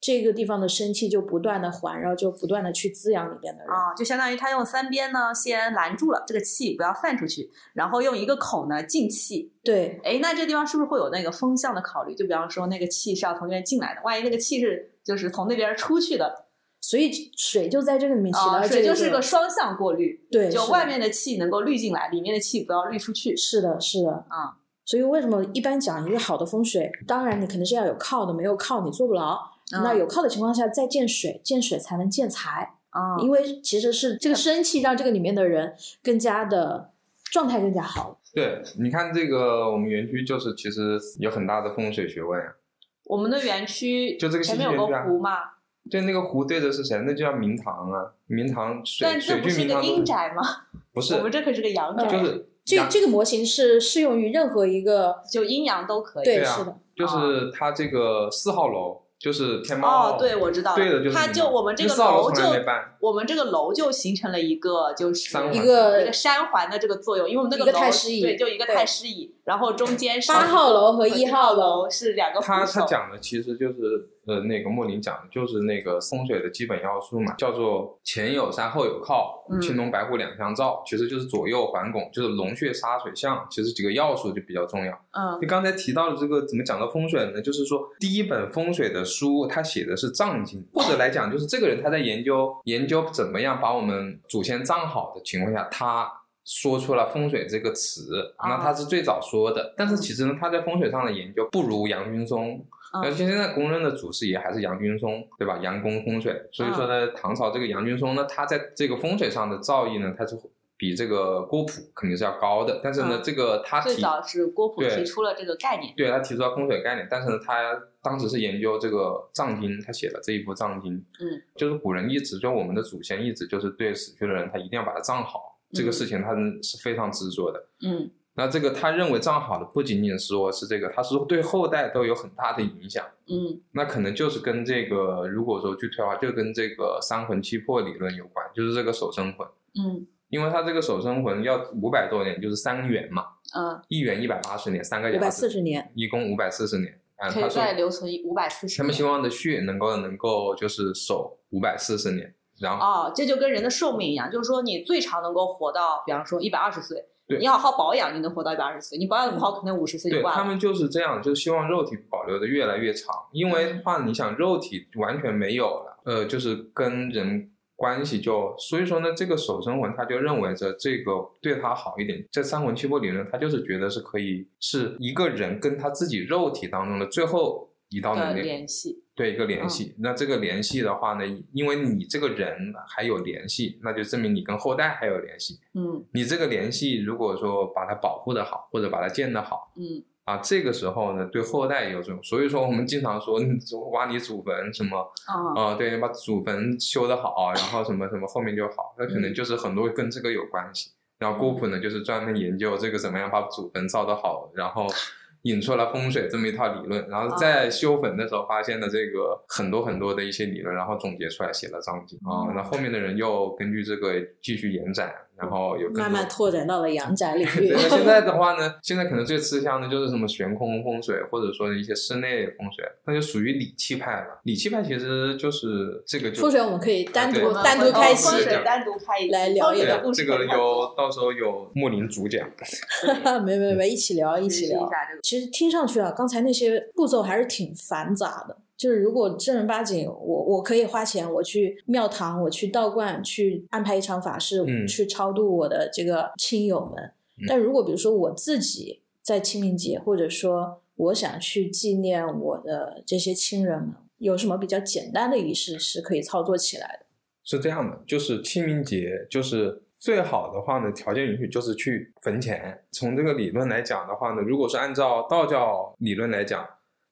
这个地方的生气就不断的环绕，就不断的去滋养里边的人。啊，就相当于他用三边呢先拦住了这个气不要散出去，然后用一个口呢进气。对，哎，那这地方是不是会有那个风向的考虑？就比方说那个气是要从这边进来的，万一那个气是就是从那边出去的，所以水就在这个里面起到啊，了所以这就是个双向过滤，对，就是外的面的气能够滤进来，里面的气不要滤出去。是的，是的啊。所以为什么一般讲一个好的风水，当然你肯定是要有靠的，没有靠你做不啊牢。那嗯有靠的情况下再建水，建水才能建财，啊因为其实是这个生气让这个里面的人更加的状态更加好。对，你看这个我们园区就是其实有很大的风水学问啊。我们的园区就这个前信息面有源个啊湖嘛，对，那个湖对着是谁？那就叫明堂啊，明堂水但这水不距是明个堂都阴宅吗？不是我，们这可是个阳宅，就是这阳这个模型是适用于任何一个就阴阳都可以。对，对啊是的，就是它这个四号楼就是天猫哦，对，我知道了，对的，就是它明就堂我们这那个四号楼楼从来没就搬，我们这个楼就形成了一个就是三环一一个个山环的这个作用，因为我们那一个楼太师椅对，就一个对太师椅，然后中间是八号楼和和一号号楼。是两个扶他他手，讲的其实就是呃那个莫林讲的就是那个风水的基本要素嘛，叫做前有山后有靠，嗯青龙白虎两相照，其实就是左右环拱，就是龙穴沙水相，其实几个要素就比较重要。嗯就刚才提到的这个，怎么讲到风水呢？就是说，第一本风水的书，它写的是藏经，或者来讲，就是这个人他在研究研究怎么样把我们祖先葬好的情况下，他说出了风水这个词，啊那他是最早说的。但是其实呢，他在风水上的研究不如杨君松，嗯而且现在公认的祖师爷还是杨君松，对吧？杨公风水。所以说呢，啊唐朝这个杨君松呢，他在这个风水上的造诣呢，他是。比这个郭璞肯定是要高的，呃但是呢，嗯这个他最提早是郭璞对提出了这个概念，对他提出了风水概念，但是呢，他当时是研究这个藏经，他写了这一部藏经，嗯，就是古人一直就我们的祖先一直就是对死去的人，他一定要把它葬好，这嗯个事情他们是非常执着的。嗯那这个他认为葬好的不仅仅是说是这个，他是对后代都有很大的影响。嗯那可能就是跟这个，如果说去推的话，就跟这个三魂七魄理论有关，就是这个手生魂。嗯因为它这个手生魂要五百多年，就是三元嘛，嗯，一元一百八十年，三个五牙百齿四，十年，一共五百四十年。啊、可他以说再留存五百四十。他们希望的血能够能够就是守五百四十年，然后、哦，这就跟人的寿命一样，就是说你最长能够活到，比方说一百二十岁，对嗯你好好保养，你能活到一百二十岁，你保养得不好，可能五十岁就对挂了。他们就是这样，就希望肉体保留的越来越长，因为的话你想肉体完全没有了，呃，就是跟人。关系就所以说呢，这个手生魂他就认为着这个对他好一点，这三魂七魄理论他就是觉得是可以是一个人跟他自己肉体当中的最后一道的能力，联系，对一个嗯联系。那这个联系的话呢，因为你这个人还有联系，那就证明你跟后代还有联系。嗯你这个联系如果说把它保护的好，或者把它建的好嗯，啊，这个时候呢，对后代也有这种。所以说我们经常说你挖你祖坟什么啊、啊、对，把祖坟修得好，然后什么什么后面就好，那可嗯能就是很多跟这个有关系。然后郭璞呢，就是专门研究这个怎么样把祖坟造得好，然后。引出了风水这么一套理论，然后哦在修坟的时候发现了这个很多很多的一些理论，然后总结出来写了章经啊。那嗯后面的人又根据这个继续延展，然后有更多慢慢拓展到了阳宅领域 [LAUGHS] 对，。那现在的话呢，现在可能最吃香的就是什么悬空风水，或者说一些室内风水，那就属于理气派了。理气派其实就是这个就风水我们可以单对独我们单独会开哦启风风水水单独开一期来聊一对聊故这事。个有到时候有木林主讲， [LAUGHS] 没没没，一起聊，一一起起聊一。下这个，其实听上去啊，刚才那些步骤还是挺繁杂的。就是如果正儿八经，我我可以花钱，我去庙堂，我去道观去安排一场法事，嗯去超度我的这个亲友们。嗯但如果比如说我自己在清明节，或者说我想去纪念我的这些亲人们，有什么比较简单的仪式是可以操作起来的？是这样的，就是清明节，就是最好的话呢，条件允许就是去坟前。从这个理论来讲的话呢，如果是按照道教理论来讲，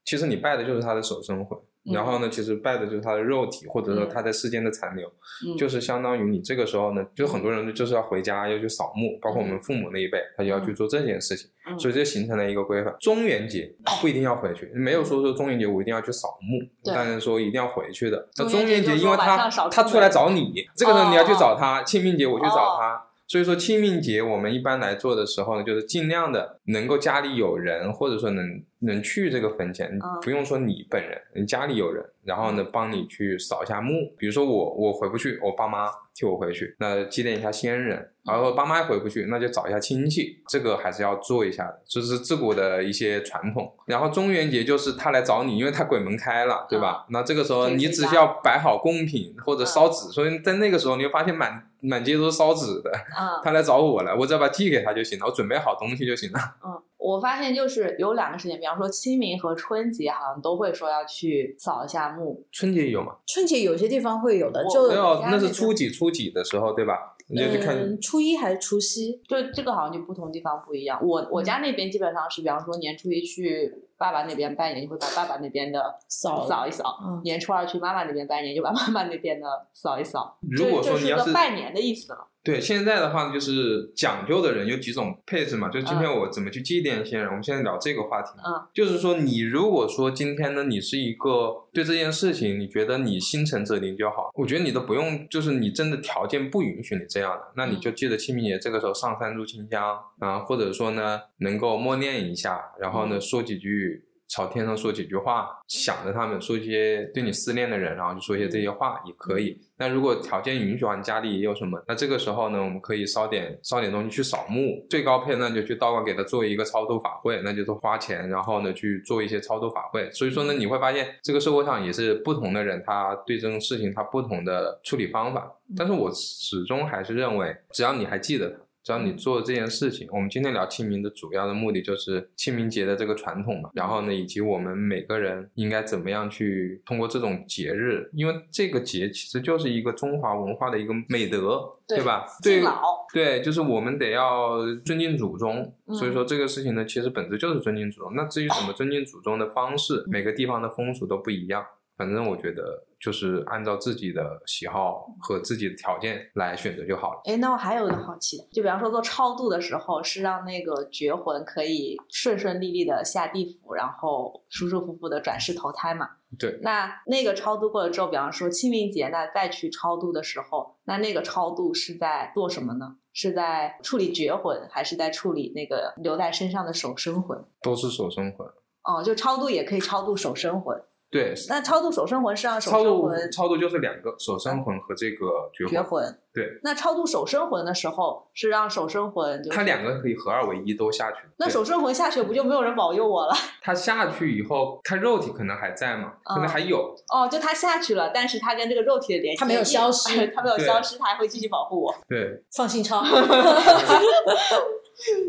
其实你拜的就是他的手生魂，嗯然后呢，其实拜的就是他的肉体，或者嗯说他在世间的残留，嗯就是相当于你这个时候呢，就很多人就是要回家要去扫墓，包括我们父母那一辈，他就要去做这件事情，嗯哦所以这形成了一个规范。中元节不一定要回去，没有说说中元节我一定要去扫墓，对但是说一定要回去的。那中中元元节节就因是说为晚他上少出他出来门找你，这个时候你要去找他，清明节我去哦找他。所以说清明节我们一般来做的时候呢，就是尽量的能够家里有人，或者说能能去这个坟前，嗯不用说你本人，你家里有人，然后呢帮你去扫一下墓。比如说我我回不去，我爸妈替我回去，那祭奠一下先人。然嗯后爸妈也回不去，那就找一下亲戚，这个还是要做一下的，这是自古的一些传统。然后中元节就是他来找你，因为他鬼门开了，对啊吧？那这个时候对你对只吧需要摆好贡品或啊者烧纸，所以在那个时候你会发现满满街都是烧纸的，嗯他来找我了，我只要把寄给他就行了，我准备好东西就行了。嗯，我发现就是有两个时间，比方说清明和春节，好像都会说要去扫一下墓，春节有吗？春节有些地方会有的，我就没有，那那是个初几初几的时候，对吧？你就去看，嗯初一还是除夕，就这个好像就不同地方不一样。我我家那边基本上是，比方说年初一去爸爸那边拜年，就会把爸爸那边的扫扫一扫；嗯，年初二去妈妈那边拜年，就把妈妈那边的扫一扫。如果就说就你是要个是拜年的意思了，对，现在的话就是讲究的人有几种配置嘛，就今天我怎么去祭奠先人，我们现在聊这个话题嘛。嗯就是说你如果说今天呢，你是一个对这件事情你觉得你心诚则灵就好，我觉得你都不用，就是你真的条件不允许你这样的，那你就记得清明节这个时候上山入清香啊，或者说呢能够默念一下，然后呢说几句。朝天上说几句话，想着他们，说一些对你思念的人，然后就说一些这些话也可以。那如果条件允许的话，你家里也有什么，那这个时候呢，我们可以烧点烧点东西去扫墓，最高配那就去道观给他做一个超度法会，那就是花钱，然后呢去做一些超度法会。所以说呢，你会发现这个社会上也是不同的人，他对这种事情他不同的处理方法。但是我始终还是认为，只要你还记得它。只要你做这件事情，我们今天聊清明的主要的目的就是清明节的这个传统嘛，然后呢，以及我们每个人应该怎么样去通过这种节日，因为这个节其实就是一个中华文化的一个美德，对对吧？敬对老。对，就是我们得要尊敬祖宗，嗯所以说这个事情呢，其实本质就是尊敬祖宗。那至于怎么尊敬祖宗的方式，每个地方的风俗都不一样。反正我觉得就是按照自己的喜好和自己的条件来选择就好了。哎，那我还有一个好奇的，就比方说做超度的时候，是让那个绝魂可以顺顺利利的下地府，然后舒舒服服的转世投胎嘛？嗯对，那那个超度过了之后，比方说清明节，那再去超度的时候，那那个超度是在做什么呢？是在处理绝魂，还是在处理那个留在身上的手生魂？都是手生魂。哦，就超度也可以超度手生魂。对，那超度手生魂是让手超生度魂超度就是两个手生魂和这个绝绝魂，魂。对，那超度手生魂的时候是让手生魂就是它两个可以合二为一都下去。那对手生魂下去不就没有人保佑我了？ [LAUGHS] 它下去以后，它肉体可能还在嘛，可能还有，哦，就他下去了，但是他跟这个肉体的联系他没有消失 [LAUGHS] 他没有消失，他还会继续保护我。对，放心 [LAUGHS] 超，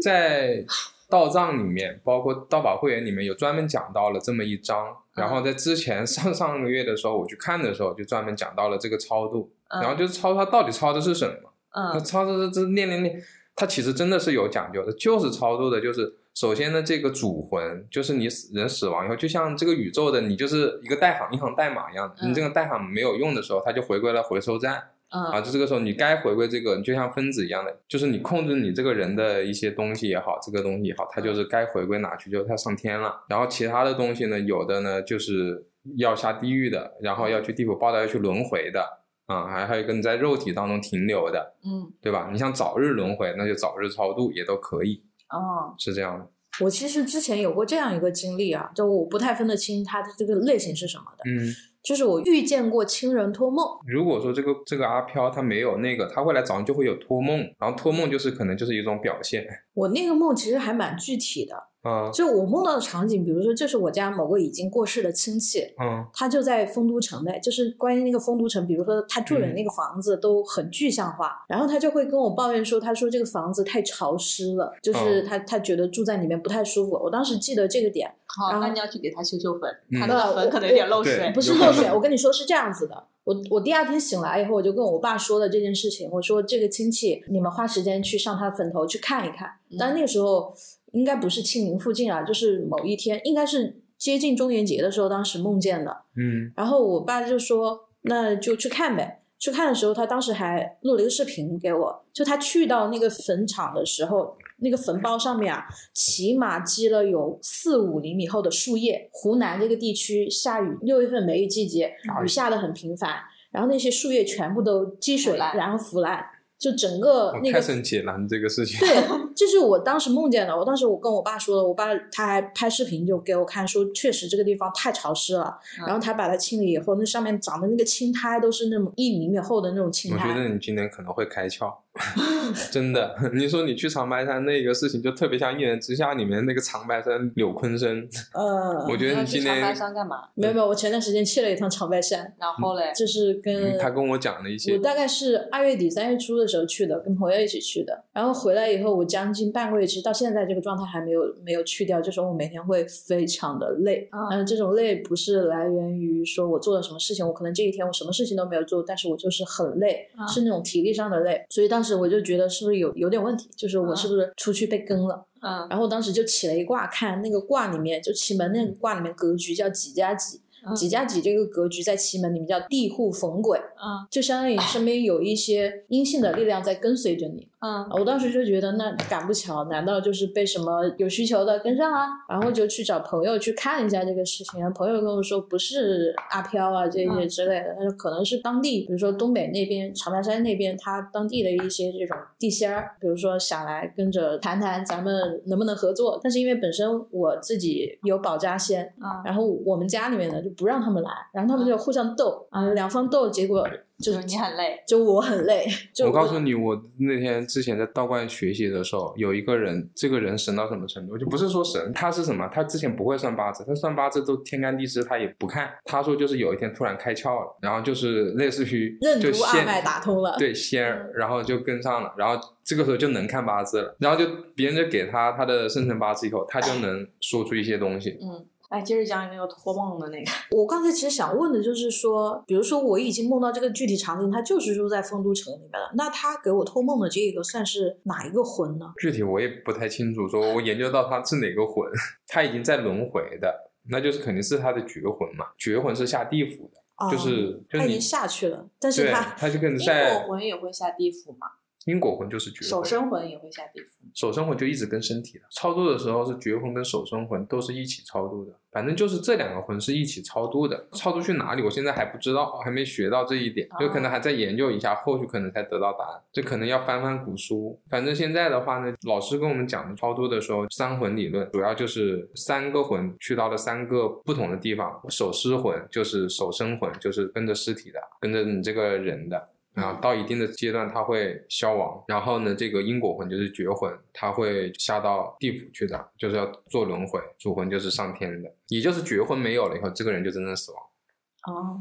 在道藏里面，包括道宝会员里面有专门讲到了这么一章。然嗯后在之前 [LAUGHS] 上上个月的时候，我去看的时候就专门讲到了这个超度，嗯然后就是超它到底超的是什么？那嗯超度这这练练练，它其实真的是有讲究的，就是超度的，就是首先呢，这个主魂就是你死人死亡以后，就像这个宇宙的你就是一个代行一行代码一样的，嗯你这个代行没有用的时候，它就回归了回收站。啊，嗯就这个时候你该回归这个，你就像分子一样的，就是你控制你这个人的一些东西也好，这个东西也好，它就是该回归哪去，就是它上天了。然后其他的东西呢，有的呢就是要下地狱的，然后要去地府报道，要去轮回的，啊、还还有一个你在肉体当中停留的，嗯，对吧？你想早日轮回，那就早日超度也都可以，哦，是这样的。我其实之前有过这样一个经历啊，就我不太分得清它的这个类型是什么的，嗯，就是我遇见过亲人托梦，如果说这个这个阿飘他没有那个，他会来找你，就会有托梦，然后托梦就是可能就是一种表现，我那个梦其实还蛮具体的，啊、就我梦到的场景，比如说这是我家某个已经过世的亲戚，嗯他就在丰都城内，就是关于那个丰都城，比如说他住的嗯那个房子都很具象化，然后他就会跟我抱怨说，他说这个房子太潮湿了，就是哦他他觉得住在里面不太舒服。我当时记得这个点，好，然后那你要去给他修修粉，嗯他的粉可能有点漏水对。不是有漏可水，能我跟你说是这样子的。我我第二天醒来以后，我就跟我爸说了这件事情。我说这个亲戚，你们花时间去上他坟头去看一看。嗯但那个时候应该不是清明附近啊，就是某一天，应该是接近中元节的时候，当时梦见的。嗯然后我爸就说：“那就去看呗。”去看的时候，他当时还录了一个视频给我，就他去到那个坟场的时候，那个坟包上面啊，起码积了有四五厘米厚的树叶。湖南这个地区下雨，六月份梅雨季节，雨下的很频繁，然后那些树叶全部都积水，腐烂然后腐烂，就整个我那太个神奇了，你这个事情。对，这是我当时梦见的。我当时我跟我爸说了，我爸他还拍视频就给我看，说确实这个地方太潮湿了。嗯然后他把它清理以后，那上面长的那个青苔都是那种一厘米厚的那种青我觉苔。得你今年可能会开 [LAUGHS] 窍，真的。 [LAUGHS] 你说你去长白山那个事情，就特别像《一人之下》里面那个长白山柳坤生。呃， [LAUGHS] 我觉得要你去今长白年，山干嘛？没有没有，我前段时间去了一趟长白山，然后嘞，就是嗯跟、他跟我讲了一些我，大概是二月底三月初的时候去的，跟朋友一起去的。然后回来以后，我将近半个月，其实到现在这个状态还没有没有去掉，就是我每天会非常的累。啊嗯，这种累不是来源于说我做了什么事情，我可能这一天我什么事情都没有做，但是我就是很累，啊是那种体力上的累。所以当时我就觉得是不是有有点问题，就是我啊是不是出去被跟了？嗯然后当时就起了一卦，看那个卦里面，就奇门那个卦里面格局叫几加几嗯。几加几这个格局在奇门里面叫地户逢鬼，嗯就相当于你身边有一些阴性的力量在跟随着你。嗯我当时就觉得，那赶不巧，难道就是被什么有需求的跟上啊？然后就去找朋友去看一下这个事情，然后朋友跟我说不是阿飘啊嗯这些之类的，他说可能是当地，比如说东北那边长白山那边，他当地的一些这种地仙儿，比如说想来跟着谈谈咱们能不能合作，但是因为本身我自己有保家仙，嗯，然后我们家里面呢就不让他们来，然后他们就互相斗啊，两方斗，结果就嗯就是你很累，就我很累，就我告诉你，我那天之前在道观学习的时候，有一个人，这个人神到什么程度？就不是说神，他是什么？他之前不会算八字，他算八字都天干地支，他也不看。他说就是有一天突然开窍了，然后就是类似于任就督二现脉打通了，对仙嗯儿，然后就跟上了，然后这个时候就能看八字了，然后就别人就给他他的生辰八字以后，他就能说出一些东西。嗯。哎，接着讲你那个托梦的那个，我刚才其实想问的就是说，比如说我已经梦到这个具体场景，他就是住在丰都城里面了，那他给我托梦的这个算是哪一个魂呢？具体我也不太清楚，说我研究到他是哪个魂， [LAUGHS] 他已经在轮回的，那就是肯定是他的绝魂嘛，绝魂是下地府的，啊，就是就他是已你经下去了，但是对，他他就跟因在为我魂也会下地府嘛。因果魂就是绝手魂，生魂也会下地府。手生魂就一直跟身体的超度的时候是绝魂跟手生魂都是一起超度的，反正就是这两个魂是一起超度的，超度去哪里我现在还不知道，还没学到这一点，有可能还在研究一下，后续可能才得到答案，这可能要翻翻古书。反正现在的话呢，老师跟我们讲的超度的时候，三魂理论主要就是三个魂去到了三个不同的地方，手尸魂就是手生魂，就是跟着尸体的，跟着你这个人的，啊，到一定的阶段它会消亡，然后呢，这个因果魂就是绝魂，它会下到地府去的，就是要做轮回，主魂就是上天的，也就是绝魂没有了以后，这个人就真正死亡。哦，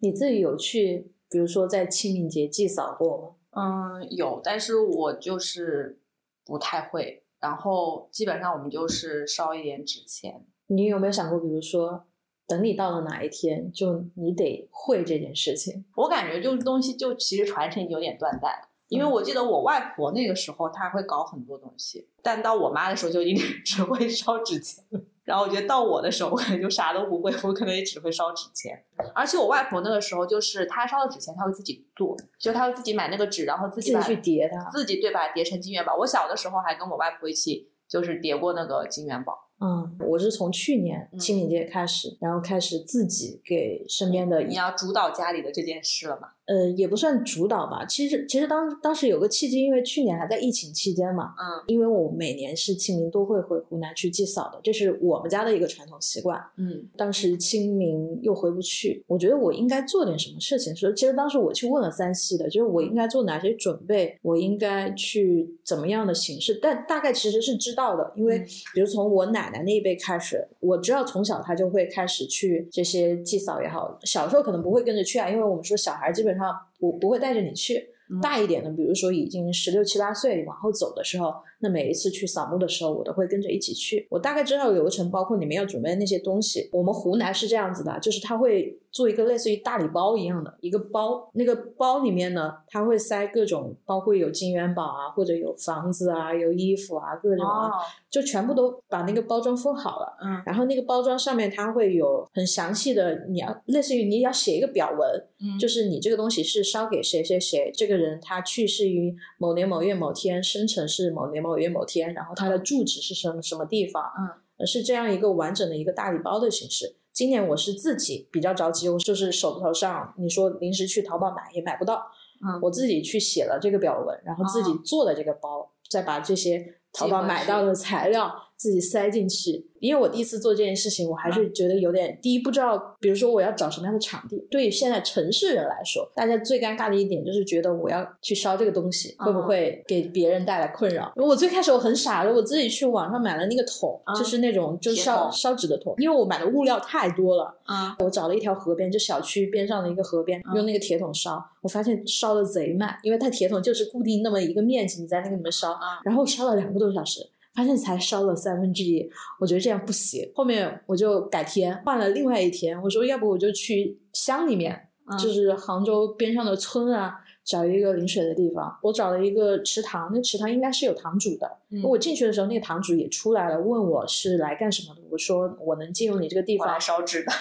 你自己有去，比如说在清明节祭扫过吗？嗯，有，但是我就是不太会。然后基本上我们就是烧一点纸钱，你有没有想过，比如说等你到了哪一天，就你得会这件事情？我感觉就是东西就其实传承有点断代了，因为嗯我记得我外婆那个时候她会搞很多东西，但到我妈的时候就已经 [LAUGHS] 只会烧纸钱了。然后我觉得到我的时候，我可能就啥都不会，我可能也只会烧纸钱。而且我外婆那个时候就是她烧的纸钱，她会自己做，就她会自己买那个纸，然后自自己己把去叠它。自己对把它叠成金元宝。我小的时候还跟我外婆一起就是叠过那个金元宝。嗯，我是从去年嗯清明节开始，然后开始自己给身边的你要主导家里的这件事了嘛？呃，也不算主导吧。其实，其实当当时有个契机，因为去年还在疫情期间嘛，嗯因为我每年是清明都会回湖南去祭扫的，这是我们家的一个传统习惯。嗯当时清明又回不去，我觉得我应该做点什么事情。所以其实当时我去问了三系的，就是我应该做哪些准备，我应该去怎么样的形式，但大概其实是知道的，因为嗯比如从我奶奶那一辈开始，我知道从小她就会开始去这些祭扫也好，小时候可能不会跟着去啊，因为我们说小孩基本上不不会带着你去。嗯大一点的，比如说已经十六七八岁往后走的时候，那每一次去扫墓的时候，我都会跟着一起去。我大概知道流程，包括你们要准备的那些东西。我们湖南是这样子的，就是他会做一个类似于大礼包一样的一个包，那个包里面呢，他会塞各种，包括有金元宝啊，或者有房子啊，有衣服啊，各种啊，哦就全部都把那个包装封好了。嗯然后那个包装上面它会有很详细的，你要类似于你要写一个表文，嗯就是你这个东西是烧给谁谁谁，这个人他去世于某年某月某天，生辰是某年某月某天，然后他的住址是什么什么地方，嗯呃，是这样一个完整的一个大礼包的形式。今年我是自己比较着急，我就是手头上你说临时去淘宝买也买不到，嗯哦我自己去写了这个表文，然后自己做了这个包，再把这些淘宝买到的材料自己塞进去。因为我第一次做这件事情，我还嗯是觉得有点、第一不知道，比如说我要找什么样的场地。对于现在城市人来说，大家最尴尬的一点就是觉得我要去烧这个东西，啊会不会给别人带来困扰？我最开始我很傻的，我自己去网上买了那个桶，啊就是那种就铁烧桶烧纸的桶，因为我买的物料太多了。嗯我找了一条河边，就小区边上的一个河边，嗯用那个铁桶烧，我发现烧的贼慢，因为它铁桶就是固定那么一个面积，你在那个里面烧，啊然后烧了两个多小时。发现才烧了三分之一，我觉得这样不行。后面我就改天换了另外一天，我说要不我就去乡里面，嗯就是杭州边上的村啊，找一个淋水的地方。我找了一个池塘，那池塘应该是有堂主的，嗯我进去的时候，那个堂主也出来了，问我是来干什么的。我说我能借用你这个地我方来，烧纸的。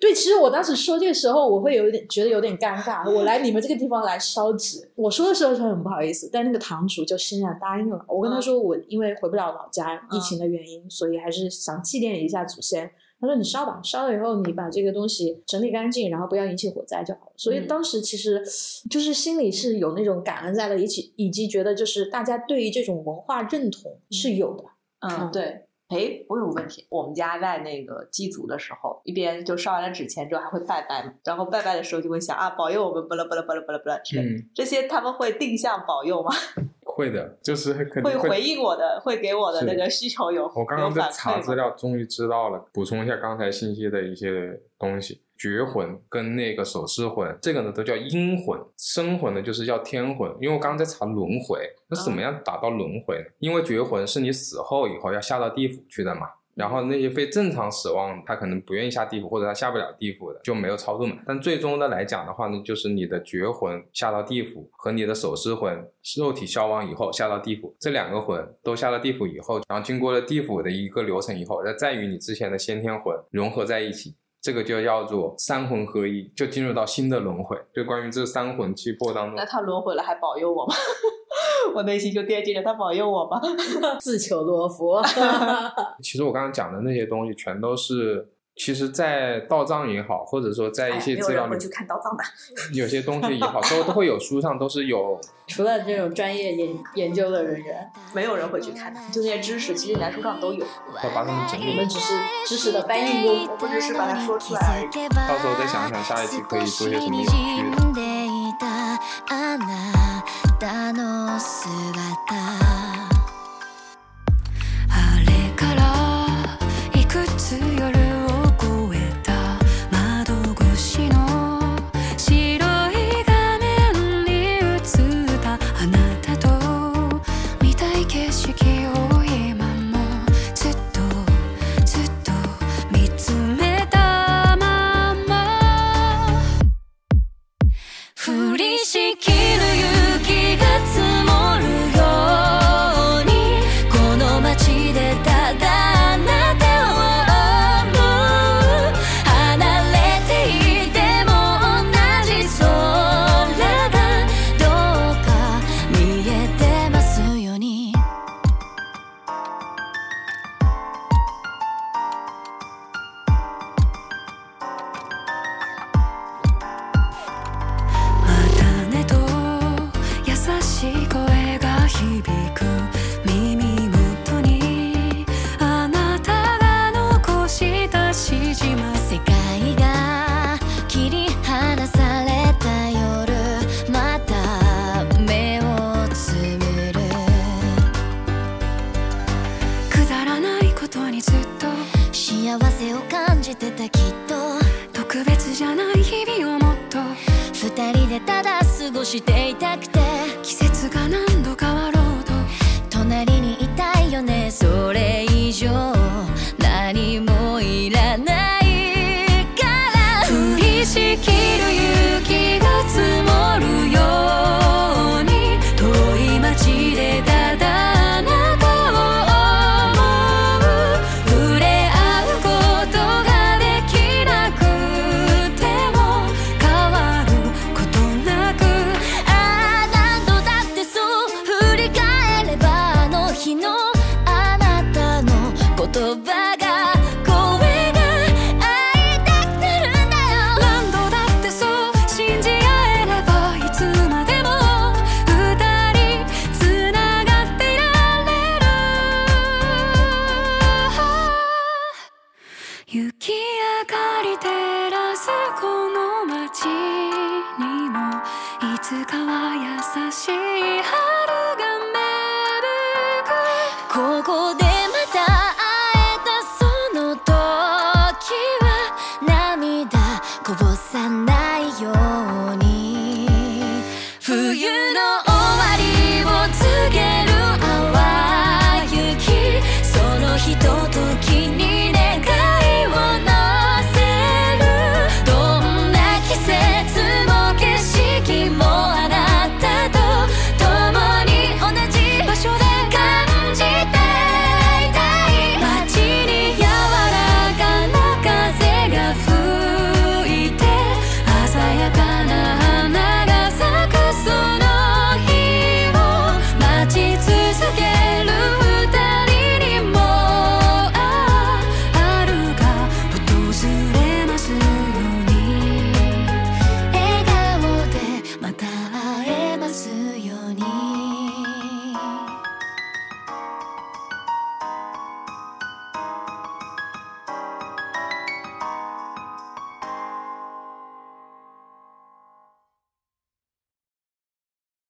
对，其实我当时说这个时候，我会有一点觉得有点尴尬。我来你们这个地方来烧纸，我说的时候是很不好意思，但那个堂主就欣然答应了。我嗯跟他说，我因为回不了老家，疫情的原因，所以还是想祭奠一下祖先。他说你烧吧，烧了以后你把这个东西整理干净，然后不要引起火灾就好了。所以嗯当时其实就是心里是有那种感恩在的，以及以及觉得就是大家对于这种文化认同是有的。嗯，嗯对。哎，我有个问题，我们家在那个祭祖的时候，一边就烧完了纸钱之后还会拜拜嘛，然后拜拜的时候就会想啊，保佑我们巴拉巴拉巴拉巴拉巴拉之类的。嗯，这些他们会定向保佑吗？会的，就是肯定会回应我的，会给我的是那个需求有我刚刚有在反查馈资吗？料，终于知道了，补充一下刚才信息的一些东西。绝魂跟那个手尸魂，这个呢都叫阴魂，生魂呢就是叫天魂。因为我刚刚在查轮回，那怎嗯么样达到轮回呢？因为绝魂是你死后以后要下到地府去的嘛。然后那些非正常死亡，他可能不愿意下地府，或者他下不了地府的，就没有超度嘛。但最终的来讲的话呢，就是你的绝魂下到地府和你的手尸魂肉体消亡以后下到地府，这两个魂都下到地府以后，然后经过了地府的一个流程以后，那再与你之前的先天魂融合在一起。这个就叫做三魂合一，呃就进入到新的轮回。就关于这三魂七魄当中那，他轮回了还保佑我吗？ [LAUGHS] 我内心就惦记着他保佑我吧。自求多福。 [LAUGHS] 其实我刚刚讲的那些东西，全都是，其实，在到账也好，或者说在一哎些没有资料人里会，去看到藏的，有些东西也好，都都会有书上都是有除了这种专业研研究的人员，没有人会去看的，就那些知识，其实你在书上都有。会把它们整我理们。只是知识的搬运工。我不只是把它说出来而已。到时候再想想下一期可以做些什么有趣的。たの姿あれからいくつ夜を越えた窓越しの白い画面に映ったあなたと見たい景色を今もずっとずっと見つめたまま降りしきる雪が積もるようにこの街でただあなたを思う離れていても同じ空がどうか見えてますように「またね」と優しい声が響く耳元にあなたが残したしじま世界が切り離された夜また目をつむるくだらないことにずっと幸せを感じてたきっと特別じゃない日々をもっと二人でただ過ごしていたくて季節が何度変わろうと隣にいたいよねそれ以上何もいらないから降りしきる雪が積もるように遠い街でただあなたを思う触れ合うことができなくても変わることなくああ何度だってそう振り返ればあの日のあなたの言葉が声が会いたくなるんだよ何度だってそう信じ合えればいつまでも二人つながっていられる雪明かり照らすこの街にもいつかは優しい花